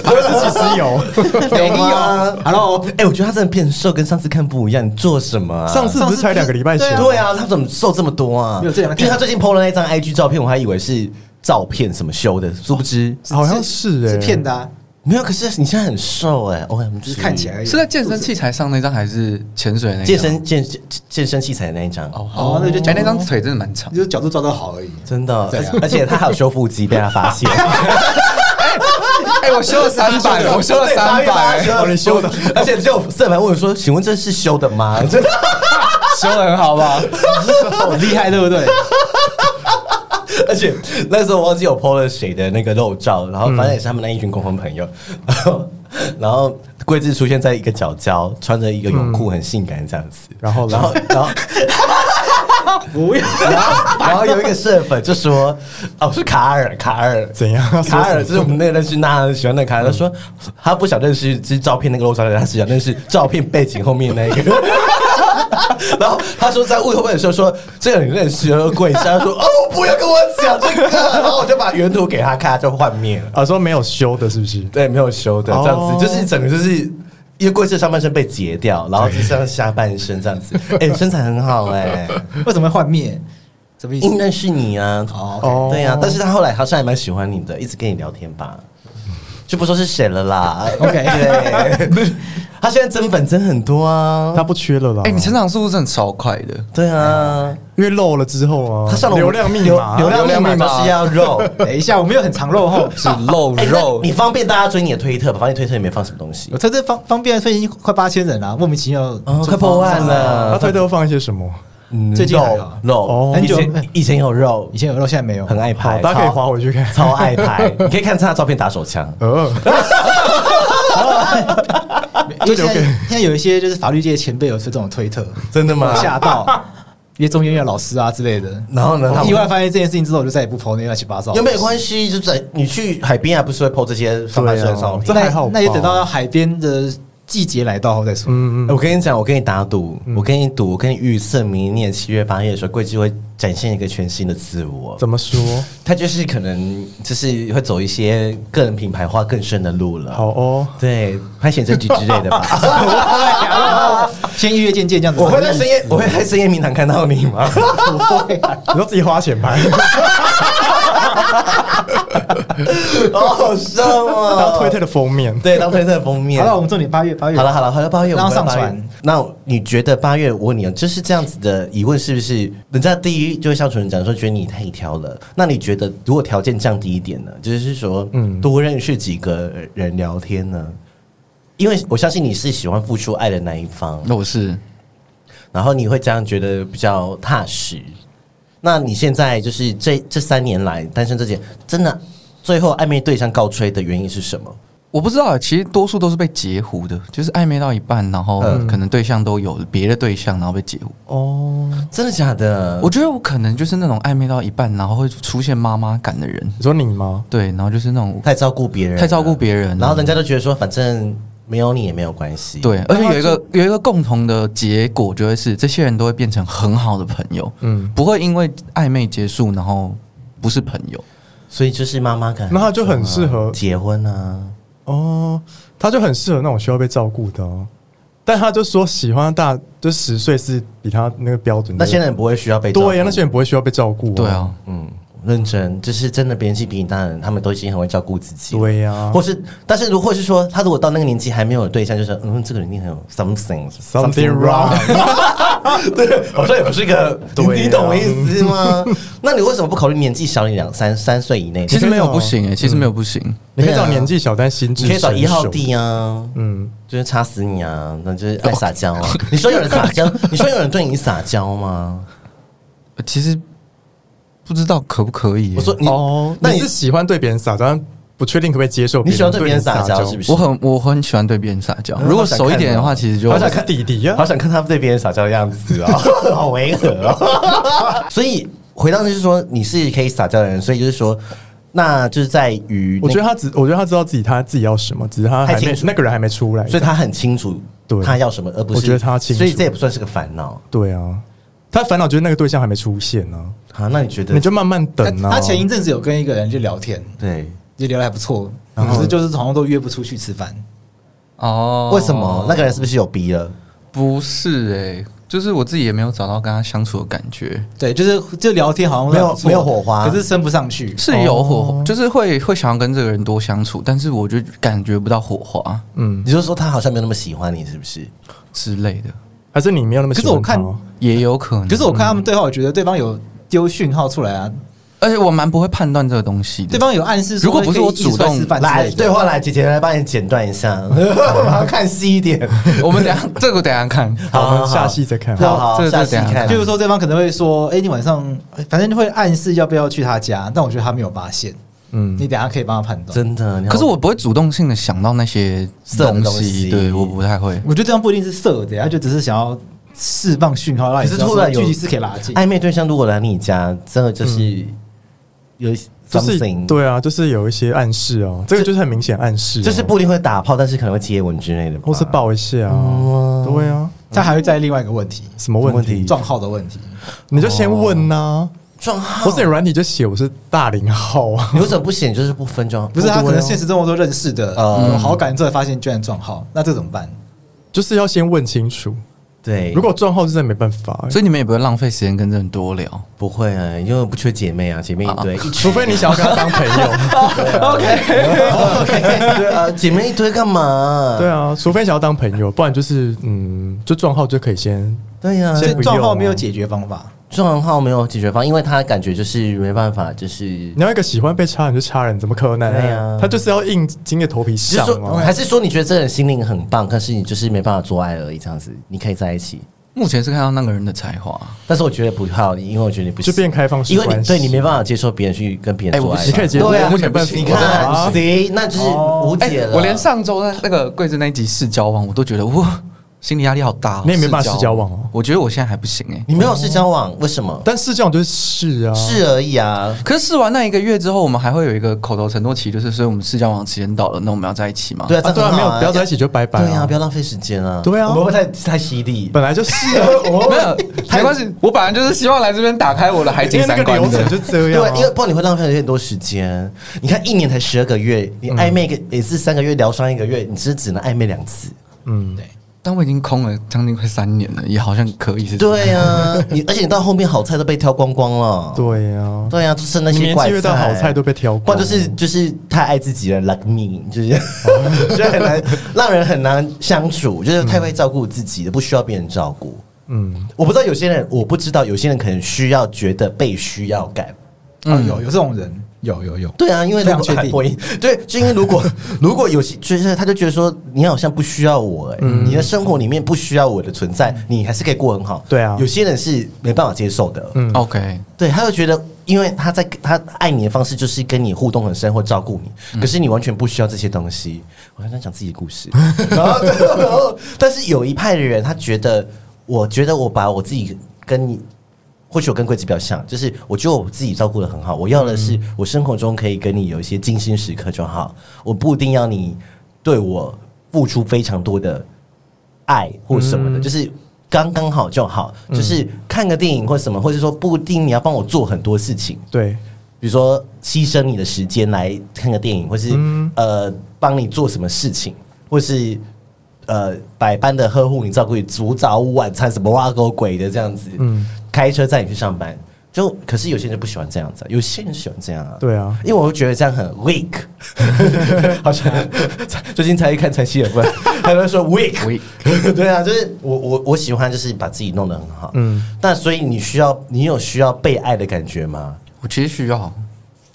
Speaker 4: 他是其实有。
Speaker 1: 没
Speaker 2: 哎
Speaker 1: 有啊
Speaker 3: Hello
Speaker 1: 哎、我觉得他真的变瘦，跟上次看不一样。你做什么啊？
Speaker 4: 上次不是才两个礼拜前，
Speaker 1: 对啊，他怎么瘦这么多啊？
Speaker 3: 没有这两
Speaker 1: 因
Speaker 3: 天
Speaker 1: 为他最近 PO 了那张 IG 照片，我还以为是照片什么修的，殊不知、
Speaker 4: 好像是哎、
Speaker 1: 欸
Speaker 3: 是骗的啊，
Speaker 1: 没有。可是你现在很瘦哎、o m
Speaker 3: 就是看起来而已啊
Speaker 2: 是在健身器材上那张还是潜水那一张
Speaker 1: 健？身健健健身器材的那一张哦，
Speaker 2: 哦
Speaker 3: 哦那就
Speaker 2: 哎、那张腿真的蛮长
Speaker 3: 你。就是角度抓得好而已。
Speaker 1: 真的，
Speaker 3: 对啊
Speaker 1: 而而且他还有修腹肌被他发现，
Speaker 2: 哎、 我修了三百，我修了三百，哎
Speaker 4: 哦你修的，
Speaker 1: 而且只有社凡问我说：“请问这是修的吗？”真的
Speaker 2: 修的很好吧？
Speaker 3: 好厉害，对 不对？
Speaker 1: 而且那时候我忘记我 PO 了谁的那个肉照，然后反正也是他们那一群共同朋友，然后然后桂枝出现在一个角角，穿着一个泳裤，很性感这样子。
Speaker 4: 嗯然后呢
Speaker 1: 然后然后
Speaker 3: 不要，
Speaker 1: 然后然后有一个社粉就说：“哦，是卡尔，卡尔
Speaker 4: 怎样他说
Speaker 1: 卡尔
Speaker 4: 什么
Speaker 1: 就是我们那个认识那喜欢的卡尔，他说他不想认识是照片那个肉照的人，他只想认识照片背景后面那一个。” 然后他说在误会的时候说这个你认识，然后跪下他说哦不要跟我讲这个，然后我就把原图给他看，他就幻灭了。
Speaker 4: 啊，说没有修的，是不是？
Speaker 1: 对，没有修的
Speaker 4: 哦
Speaker 1: 这样子，就是整个就是因为过去的上半身被截掉，然后就像下半身这样 子。哎、身材很好哎、
Speaker 3: 为什么会幻灭？什么意
Speaker 1: 应
Speaker 3: 思？
Speaker 1: 该是你啊。
Speaker 3: 哦
Speaker 4: 哦
Speaker 1: 对呀、但是他后来好像还蛮喜欢你的，一直跟你聊天吧，就不说是谁了啦。
Speaker 3: OK
Speaker 1: 对。他现在增粉增很多啊，
Speaker 4: 他不缺了啦。
Speaker 2: 哎、你成长速度是很超快的，
Speaker 1: 对啊，
Speaker 4: 因为漏了之后啊，
Speaker 1: 他上了我
Speaker 4: 流
Speaker 1: 们
Speaker 4: 量密码，
Speaker 1: 流流
Speaker 2: 流
Speaker 1: 量
Speaker 2: 量
Speaker 1: 密
Speaker 2: 密
Speaker 1: 码
Speaker 2: 码
Speaker 1: 就是要肉。
Speaker 3: 等一下，我没有很长 肉后，
Speaker 2: 是露
Speaker 1: 哎那
Speaker 2: 肉。
Speaker 1: 你方便大家追你的推特吧？发现推特里面放什么东西
Speaker 3: 我？在这方方便最近快八千人了，莫名其妙
Speaker 1: 哦，快破万。
Speaker 4: 他
Speaker 1: 了。
Speaker 4: 推特会放一些什么？
Speaker 1: 嗯
Speaker 3: 最近还
Speaker 1: 肉
Speaker 3: 好
Speaker 1: 肉
Speaker 4: 哦，
Speaker 1: 以
Speaker 3: 很久
Speaker 1: 前以前有肉
Speaker 3: 以，前有肉，现在没有，
Speaker 1: 很爱
Speaker 4: 好，
Speaker 1: 拍，
Speaker 4: 大家可以
Speaker 1: 超
Speaker 4: 划回去看。
Speaker 1: 超爱拍，你可以看他的照片打手枪。
Speaker 4: 呃，
Speaker 1: 啊
Speaker 3: 因为现在现在有一些就是法律界的前辈有做这种 推特，
Speaker 1: 真的吗
Speaker 3: 吓到，一些中研院老师啊之类的。
Speaker 1: 然后呢，他
Speaker 3: 我
Speaker 1: 们
Speaker 3: 意外发现这件事情之后，我就再也不剖那些乱七八糟。
Speaker 1: 有没有关系？就在你去海边，还不是会 PO 这些上半身的照
Speaker 4: 对啊？
Speaker 1: 片
Speaker 3: 那
Speaker 4: 还好吧
Speaker 3: 那也等到海边的季节来到后再说。
Speaker 4: 嗯
Speaker 1: 哎
Speaker 4: 嗯，
Speaker 1: 我跟你讲，我跟你打赌，我跟你赌，我跟你预测，明年七月八月的时候，桂枝会展现一个全新的自我。
Speaker 4: 怎么说？
Speaker 1: 他就是可能就是会走一些个人品牌化更深的路了。
Speaker 4: 好，哦，
Speaker 1: 对，拍写真集之类的吧。
Speaker 3: 先预约见见这样子。
Speaker 1: 我会在深夜，我会在深夜名堂看到你吗？哦
Speaker 4: 你说自己花钱拍，
Speaker 1: 好 好笑
Speaker 4: 当推特
Speaker 1: 哦！
Speaker 4: 的封面。
Speaker 1: 对，当推特的封面。
Speaker 3: 好了，我们重点八月八月
Speaker 1: 好了好了好了，八月我
Speaker 3: 哎让
Speaker 1: 们
Speaker 3: 它上
Speaker 1: 八月
Speaker 3: 传。
Speaker 1: 那你觉得八月我问你哦，就是这样子的疑问，是不是人家第一就会像主持人讲说，觉得你太挑了？那你觉得如果条件降低一点呢？就是说，嗯，
Speaker 4: 嗯
Speaker 1: 多认识几个人聊天呢？因为我相信你是喜欢付出爱的那一方，
Speaker 2: 那我哦是
Speaker 1: 然后你会这样觉得比较踏实。那你现在就是这这三年来单身这件，真的最后暧昧对象告吹的原因是什么？
Speaker 2: 我不知道，其实多数都是被截胡的，就是暧昧到一半，然后
Speaker 1: 嗯
Speaker 2: 可能对象都有了别的对象，然后被截胡。
Speaker 4: 哦，
Speaker 1: 真的假的？
Speaker 2: 我觉得我可能就是那种暧昧到一半，然后会出现妈妈感的人，
Speaker 4: 你说你吗？
Speaker 2: 对，然后就是那种
Speaker 1: 太照顾别人了，
Speaker 2: 太照顾别人了，啊
Speaker 1: 然后人家都觉得说，反正没有你也没有关系。，
Speaker 2: 嗯对，而且有一个有一个共同的结果，就会是这些人都会变成很好的朋友，
Speaker 4: 嗯，
Speaker 2: 不会因为暧昧结束然后不是朋友。
Speaker 1: 所以就是妈妈感，
Speaker 4: 那他就很适合
Speaker 1: 结婚啊。
Speaker 4: 哦，他就很适合那种需要被照顾的、哦，但他就说喜欢大，就十岁是比他那个标准的。
Speaker 1: 那些人不会需要被照顾
Speaker 4: 对啊呀、那些人不会需要被照顾、哦
Speaker 2: 对啊，，
Speaker 1: 嗯，认真就是真的，别人是比你大的人，他们都已经很会照顾自己。。
Speaker 4: 对啊呀、
Speaker 1: 或是，但是如或是说，他如果到那个年纪还没有对象，就是嗯，这个人一定很有 something
Speaker 4: Something wrong
Speaker 1: 对，好像也不是一个，你
Speaker 4: 对啊
Speaker 1: 你懂我意思吗？那你为什么不考虑年纪小你两三三岁以内？
Speaker 2: 其实没有
Speaker 4: 可以
Speaker 2: 不
Speaker 4: 找
Speaker 2: 行哎、其实没有不行。
Speaker 4: 你可以
Speaker 1: 对
Speaker 4: 找
Speaker 1: 啊
Speaker 4: 年纪小但心智
Speaker 1: 你可以找一号
Speaker 4: 成熟
Speaker 1: 弟啊，
Speaker 4: 嗯，
Speaker 1: 就是插死你啊，那就是爱撒娇啊。你说有人撒娇， 你说有人对你撒娇吗？
Speaker 2: 呃其实不知道可不可以欸、
Speaker 1: 我说你，
Speaker 4: 哦，
Speaker 1: 那
Speaker 4: 那你
Speaker 1: 你
Speaker 4: 是喜欢对别人撒娇，但不确定可不可以接受？
Speaker 1: 你喜欢对
Speaker 4: 对
Speaker 1: 别人
Speaker 4: 你
Speaker 1: 撒娇
Speaker 4: 娇
Speaker 1: 是不
Speaker 4: 是？
Speaker 1: 是？
Speaker 2: 我很我很喜欢对别人撒娇，
Speaker 1: 嗯
Speaker 2: 如果熟一点的话，其实就
Speaker 4: 好想看弟弟啊呀、
Speaker 1: 好想看他对别人撒娇的样子啊、哦， 好违和哦。 所以回到就是说，你是可以撒娇的人，所以就是说，那就是在于那
Speaker 4: 我觉得他只，我觉得他知道自己他自己要什么，只是他
Speaker 1: 太
Speaker 4: 还
Speaker 1: 清
Speaker 4: 没
Speaker 1: 楚
Speaker 4: 那个人还没出来。
Speaker 1: 所以他很清楚
Speaker 4: 对
Speaker 1: 他要什么，而不是
Speaker 4: 我觉得他清楚
Speaker 1: 所以这也不算是个烦恼
Speaker 4: 对啊，他烦恼就是那个对象还没出现呢、啊，
Speaker 1: 啊。那你觉得
Speaker 4: 你就慢慢等
Speaker 3: 他
Speaker 1: 哦
Speaker 4: 啊。
Speaker 3: 他前一阵子有跟一个人去聊天，
Speaker 1: 对？
Speaker 3: 就聊得还不错，可
Speaker 1: 嗯
Speaker 3: 是就是好像都约不出去吃饭。
Speaker 2: 哦
Speaker 1: 为什么那个人是不是有逼了？
Speaker 2: 不是哎、就是我自己也没有找到跟他相处的感觉，
Speaker 3: 对，就是就聊天好像
Speaker 1: 没有
Speaker 3: 还不错
Speaker 1: 没有火花嗯
Speaker 3: 可是升不上去。
Speaker 2: 是有火，
Speaker 1: 哦
Speaker 2: 就是会会想要跟这个人多相处，但是我就感觉不到火花
Speaker 4: 嗯，
Speaker 1: 你就说他好像没有那么喜欢你，是不是？
Speaker 2: 之类的，
Speaker 4: 还是你没有那么
Speaker 3: 可
Speaker 4: 喜
Speaker 3: 是
Speaker 4: 欢
Speaker 3: 我看
Speaker 4: 他
Speaker 2: 也有可能。
Speaker 3: 可是我看他们对话，我觉得对方有丢讯号出来啊，
Speaker 2: 而且我蛮不会判断这个东西的
Speaker 3: 对。方有暗示说
Speaker 2: 如果不是我主动
Speaker 3: 可以一起出来吃饭之类
Speaker 1: 来，
Speaker 3: 的
Speaker 1: 对话来，姐姐来帮你剪断 一下，我要看细一点。
Speaker 2: 我们等一下 这个等一下 看。
Speaker 1: 好
Speaker 4: 我
Speaker 1: 好
Speaker 4: 们下戏再看。
Speaker 1: 好好，
Speaker 2: 这个
Speaker 1: 下期
Speaker 2: 这个等一下
Speaker 1: 看。
Speaker 2: 看
Speaker 3: 就是说，对方可能会说：“哎、你晚上反正会暗示要不要去他家。”但我觉得他没有发现，
Speaker 4: 嗯
Speaker 3: 你，等一下可以帮他判断。
Speaker 1: 真的，你好
Speaker 2: 可是我不会主动性的想到那些
Speaker 1: 色的东西
Speaker 2: 西，对，我不太会。
Speaker 3: 我觉得这样不一定是色的，他就只是想要释放讯号，让
Speaker 1: 可
Speaker 3: 你
Speaker 1: 是
Speaker 3: 知道
Speaker 1: 突
Speaker 3: 说
Speaker 1: 然有
Speaker 3: 距离是可以拉近。
Speaker 1: 暧昧对象如果来你家，真的就是有
Speaker 4: 嗯就是
Speaker 1: something，，
Speaker 4: 对啊，就是有一些暗示啊，这个就是很明显暗示啊、
Speaker 1: 就是不一定会打炮，但是可能会接吻之类的吧，
Speaker 4: 或是抱一下啊，
Speaker 1: 嗯啊
Speaker 4: 对啊，
Speaker 3: 他还会在意另外一个问题，
Speaker 4: 什么问
Speaker 1: 什么问
Speaker 4: 题？
Speaker 3: 撞号的问题。
Speaker 4: 你就先问呐、
Speaker 1: 撞
Speaker 4: 啊，
Speaker 1: 号。
Speaker 4: 或 是你软体就写我是大零号啊，
Speaker 1: 你为什么不写？你就是不分装，
Speaker 3: 不是啊他可能现实生活中认识的，
Speaker 1: 哦
Speaker 3: 有好感之后发现居然撞号，那这怎么办？
Speaker 4: 就是要先问清楚。
Speaker 1: 对，
Speaker 4: 如果撞号是真的没办法，
Speaker 2: 所以你们也不会浪费时间跟这人多聊。
Speaker 1: 不会啊，因为不缺姐妹啊，姐妹一 堆，一
Speaker 4: 除非你想要跟他当朋 友，
Speaker 1: 对啊，姐妹一堆干嘛？
Speaker 4: 对啊，除非想要当朋友，不然就是嗯，就撞号就可以先
Speaker 1: 对呀、
Speaker 3: 所以
Speaker 4: 先不用
Speaker 3: 状况没有解决方法。
Speaker 1: 撞号没有解决方案，因为他感觉就是没办法，就是
Speaker 4: 你要一个喜欢被插人就插人，怎么可能？
Speaker 1: 对啊
Speaker 4: 他就是要硬经着头皮
Speaker 1: 只是
Speaker 4: 上
Speaker 1: 说，哦
Speaker 4: 啊。
Speaker 1: 还是说你觉得这个人心灵很棒，可是你就是没办法做爱而已，这样子，你可以在一起。
Speaker 2: 目前是看到那个人的才华，
Speaker 1: 但是我觉得不好，因为我觉得你不行
Speaker 4: 就变开放式
Speaker 1: 因为你
Speaker 4: 关系
Speaker 1: 对你没办法接受别人去跟别
Speaker 2: 哎
Speaker 1: 人做
Speaker 2: 我
Speaker 1: 爱吧，
Speaker 2: 不行
Speaker 4: 你可以接受，
Speaker 2: 对啊
Speaker 4: 我没办法。
Speaker 1: 你
Speaker 4: 啊
Speaker 1: 看，谁那就是无解了。
Speaker 2: 哎我连上周在那个贵子那一集试交往，我都觉得哇，心理压力好大、哦。
Speaker 4: 你也没办法
Speaker 2: 试
Speaker 4: 试交往哦
Speaker 2: 我觉得我现在还不行哎、
Speaker 1: 你没有试交往，为什么？
Speaker 4: 但是这样就是是啊，
Speaker 1: 试而已啊。
Speaker 2: 可是试完那一个月之后，我们还会有一个口头承诺期，就是所以我们试交往时间到了，那我们要在一起吗？
Speaker 1: 对啊，
Speaker 4: 啊，
Speaker 1: 这
Speaker 4: 对啊，
Speaker 1: 很好
Speaker 4: 没有不要在一起就拜拜
Speaker 1: 对啊，
Speaker 4: 啊
Speaker 1: 不，要浪费时间啊。
Speaker 4: 对啊
Speaker 1: 我们会太太犀利。
Speaker 4: 本来就是 啊，
Speaker 1: 哦
Speaker 2: 没有，没关系。我本来就是希望来这边打开我的海
Speaker 4: 因
Speaker 2: 景
Speaker 4: 为那
Speaker 2: 三
Speaker 4: 个
Speaker 2: 观
Speaker 4: 流程
Speaker 2: 的。
Speaker 4: 就这
Speaker 1: 对
Speaker 4: 样
Speaker 1: 啊，因为
Speaker 4: 啊。
Speaker 1: 不然你会浪费很多时间。你看，一年才十二个月，你暧昧一个也是三个月，疗伤一个月，你是只能暧昧两次。
Speaker 4: 嗯，
Speaker 2: 但我已经空了将近快三年了，也好像可以是。，
Speaker 1: 对啊，你而且你到后面好菜都被挑光光了。
Speaker 4: 对啊，
Speaker 1: 对啊，就剩那
Speaker 4: 你
Speaker 1: 些
Speaker 4: 年
Speaker 1: 怪
Speaker 4: 纪
Speaker 1: 菜。
Speaker 4: 越大，好菜都被挑
Speaker 1: 不
Speaker 4: 光
Speaker 1: 然。就是就是太爱自己了，like me，就是 就很难让人很难相处，就是太会照顾自己的，不需要别人照顾。
Speaker 4: 嗯，
Speaker 1: 我不知道有些人，我不知道有些人可能需要觉得被需要感。
Speaker 3: 嗯，有有这种人，有有有。
Speaker 1: 对啊，因为
Speaker 3: 非
Speaker 1: 如果
Speaker 3: 常确定
Speaker 1: 我 对，就因为如果 如果有些就是他就觉得说你好像不需要我、欸，
Speaker 3: 嗯
Speaker 1: 你的生活里面不需要我的存在，你还是可以过很好。
Speaker 4: 对啊
Speaker 1: 有些人是没办法接受的。
Speaker 4: 嗯
Speaker 2: OK，
Speaker 1: 对，他就觉得，因为他在他爱你的方式就是跟你互动很深，或照顾你，
Speaker 3: 嗯
Speaker 1: 可是你完全不需要这些东西。我好像在讲自己的故事， 然后，然后，但是有一派的人，他觉得，我觉得我把我自己跟你。或许我跟桂子比较像，就是我觉得我自己照顾的很好，我要的是我生活中可以跟你有一些精心时刻就好，我不一定要你对我付出非常多的爱或什么的，
Speaker 4: 嗯
Speaker 1: 就是刚刚好就好，就是看个电影或什么，或者说不一定你要帮我做很多事情，
Speaker 4: 对，
Speaker 1: 比如说牺牲你的时间来看个电影，或是、
Speaker 4: 嗯
Speaker 1: 呃帮你做什么事情，或是呃百般的呵护你、照顾你，煮早午晚餐什么挖狗鬼的这样子，
Speaker 4: 嗯
Speaker 1: 开车载你去上班。就可是有些人就不喜欢这样子啊、有些人喜欢这样啊。
Speaker 4: 对啊
Speaker 1: 因为我会觉得这样很 weak，好像最近才一看才七月份， 他就说 weak，
Speaker 2: Weak
Speaker 1: 对啊，就是我我我喜欢就是把自己弄得很好，嗯
Speaker 4: 嗯。
Speaker 1: 但所以你需要你有需要被爱的感觉吗？
Speaker 2: 我其实需要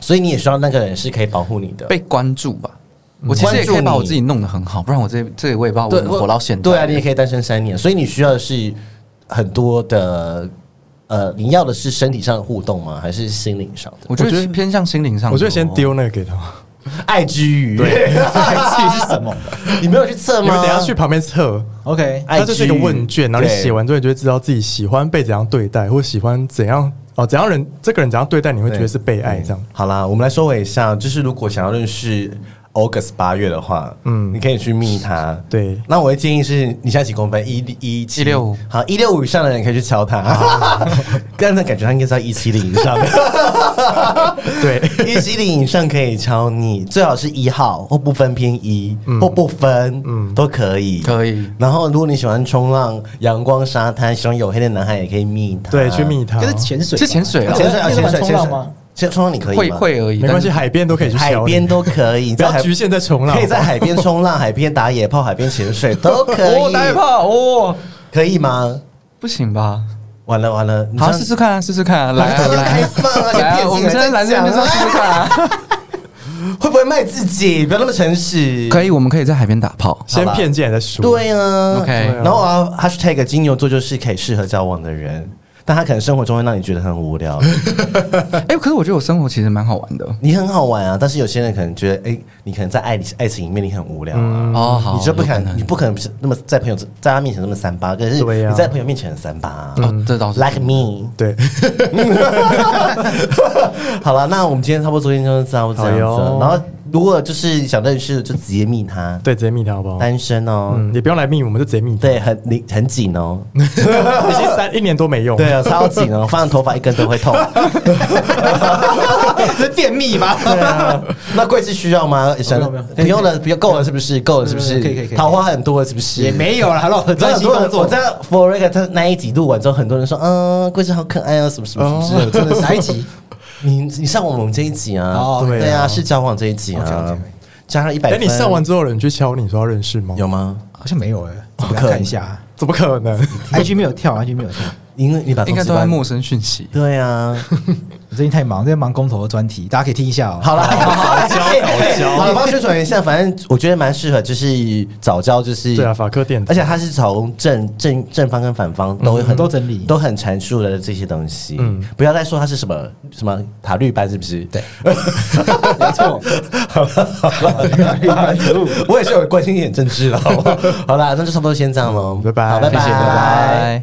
Speaker 1: 所以你也需要那个人是可以保护你的。
Speaker 2: 被关注吧。
Speaker 4: 嗯
Speaker 2: 我其实也可以把我自己弄得很好，不然我这这个我也不知道我
Speaker 1: 对，
Speaker 2: 能活到现在。
Speaker 1: 对啊，你也可以单身三年，所以你需要的是很多的呃，你要的是身体上的互动吗？还是心灵上的
Speaker 2: 我觉得偏向心灵上的。哦
Speaker 4: 我就先丢那个给他，
Speaker 1: 爱之语？
Speaker 3: 爱情是什么
Speaker 1: 你没有去测
Speaker 4: 你们
Speaker 1: 吗？
Speaker 4: 等一下去旁边测。
Speaker 3: ？OK，
Speaker 1: 爱
Speaker 4: 它就是一个
Speaker 1: 之语
Speaker 4: 问卷，然后你
Speaker 1: 对
Speaker 4: 写完之后，你就会知道自己喜欢被怎样对待，或喜欢怎样哦，怎样人这个人怎样对待，你会觉得是被爱这样。
Speaker 1: 好啦，我们来收尾一下，就是如果想要认识 August 八月的话，嗯，
Speaker 4: 嗯
Speaker 1: 你可以去密他。
Speaker 4: 对
Speaker 1: 那我的建议是你现在几公分？一一七
Speaker 2: 165
Speaker 1: 好，一六五以上的人可以去 敲他，但是感觉他应该是要一七零以上的。
Speaker 4: 对，
Speaker 1: 一七零以上可以敲你，最好是一号或不分偏一、或不分，嗯，都可以，
Speaker 2: 可以
Speaker 1: 然后，如果你喜欢冲浪、阳光、沙滩，喜欢黝黑的男孩，也可以密他。
Speaker 4: 对，去密他。
Speaker 3: 就是潜水吧，
Speaker 2: 是潜水啊
Speaker 1: 潜水啊，
Speaker 3: 那
Speaker 1: 潜
Speaker 3: 个
Speaker 1: 水，
Speaker 3: 冲
Speaker 1: 潜
Speaker 3: 浪
Speaker 1: 水
Speaker 3: 吗？？
Speaker 1: 潜冲浪你可以
Speaker 2: 会
Speaker 1: 吗
Speaker 2: 会而已，
Speaker 4: 没关系，
Speaker 2: 但是
Speaker 4: 海边都可以去
Speaker 1: 海
Speaker 4: 敲你
Speaker 1: 边都可 以，
Speaker 4: 不
Speaker 1: 在海
Speaker 4: 要局限在冲浪，
Speaker 1: 可以在海边冲浪、 海边打野炮、海边潜水都可以。
Speaker 2: 哦，打野炮哦，
Speaker 1: 可以吗？
Speaker 2: 不行吧？
Speaker 1: 完了完了，你
Speaker 2: 好，
Speaker 1: 这样
Speaker 2: 试试看啊，试试看啊，来
Speaker 1: 来
Speaker 2: 啊
Speaker 1: 啊开
Speaker 2: 来
Speaker 1: 放啊
Speaker 2: 啊，
Speaker 1: 而且
Speaker 2: 来
Speaker 1: 骗
Speaker 2: 啊，
Speaker 1: 子哎
Speaker 2: 我们现在来这边就是要试试看啊。
Speaker 1: 会不会卖自己？不要那么诚实。
Speaker 2: 可
Speaker 1: 以，
Speaker 2: 以，我们可以在海边打炮。
Speaker 4: 先骗进来再说。
Speaker 1: 对啊。
Speaker 2: OK
Speaker 1: 然后啊，#hashtag 金牛座就是可以适合交往的人，但他可能生活中会让你觉得很无聊。
Speaker 2: 哎，可是我觉得我生活其实蛮好玩的。
Speaker 1: 你很好玩啊，但是有些人可能觉得，哎，你可能在爱爱情里面你很无聊啊。
Speaker 2: 哦，好，
Speaker 1: 你就不
Speaker 2: 有
Speaker 1: 可
Speaker 2: 可
Speaker 1: 能，
Speaker 2: 能
Speaker 1: 你不可能是那么在朋友在他面前那么三八，可是
Speaker 4: 对嗯啊
Speaker 1: 你在朋友面前很三八啊、
Speaker 2: 哦，这倒是
Speaker 1: Like me，
Speaker 4: 对，
Speaker 1: 好了，那我们今天差不多今天就是这样子
Speaker 4: 好
Speaker 1: 了。
Speaker 4: 哟
Speaker 1: 然后，如如果就是想认识，就直接密他，
Speaker 4: 对，直接密他好不好？
Speaker 1: 单身哦，
Speaker 4: 嗯，也不用来密，我们就直接密他。
Speaker 1: 对，很你很紧哦，
Speaker 4: 已经三一年多没用。
Speaker 1: 对，啊，超紧哦，放头发一根都 会痛。
Speaker 3: 这是便秘吗？
Speaker 1: 对啊，那贵是需要吗？想
Speaker 3: 没有没有
Speaker 1: 不用了，不用够了，是不是？够了，是不是？
Speaker 3: 可以可以可以
Speaker 1: 桃花很多了，是不是？
Speaker 3: 也没有啦，还让我
Speaker 1: 你知道
Speaker 3: 专
Speaker 1: 很
Speaker 3: 心
Speaker 1: 多
Speaker 3: 工
Speaker 1: 人，我
Speaker 3: 作
Speaker 1: 知。道 Forever 他那一集录完之后，很多人说，嗯，贵是好可爱啊，什么什么什么
Speaker 3: 是，
Speaker 1: 之类
Speaker 3: 哦真
Speaker 1: 的。
Speaker 3: 的是 哪一集？
Speaker 1: 你你上我们这一集啊
Speaker 3: 哦？
Speaker 4: 对啊
Speaker 1: 对啊，是交往这一集
Speaker 3: OK，OK，OK
Speaker 1: 啊，加上一百
Speaker 4: 哎，
Speaker 1: 分。
Speaker 4: 你上完之后，有人去敲你说要认识吗？
Speaker 1: 有吗？
Speaker 3: 好像没有哎、欸，我
Speaker 1: 不
Speaker 3: 给
Speaker 1: 可能
Speaker 3: 他看一下
Speaker 4: 怎么可能？
Speaker 3: ，IG 没有跳，IG 没有跳。
Speaker 1: 因为你把
Speaker 2: 应该
Speaker 1: 通知
Speaker 2: 都在
Speaker 1: 关
Speaker 2: 陌生讯息。
Speaker 1: 对啊，
Speaker 3: 我最近太忙，最近忙公投的专题，大家可以听一下哦。
Speaker 1: 好了，早教早教，好了，帮我宣传一下，反正我觉得蛮适合，就是早教就是
Speaker 4: 对啊，法科电台
Speaker 1: 而且它是从正正正方跟反方都很、
Speaker 3: 嗯都整理
Speaker 1: 都很阐述了这些东西。
Speaker 4: 嗯
Speaker 1: 不要再说它是什么什么塔绿班，是不是？ 对，
Speaker 3: 没错，
Speaker 1: 我也是有关心一点政治了，好不好？好啦，那就差不多先这样喽，
Speaker 4: 拜拜
Speaker 1: 好，拜拜，
Speaker 2: 谢谢，拜拜。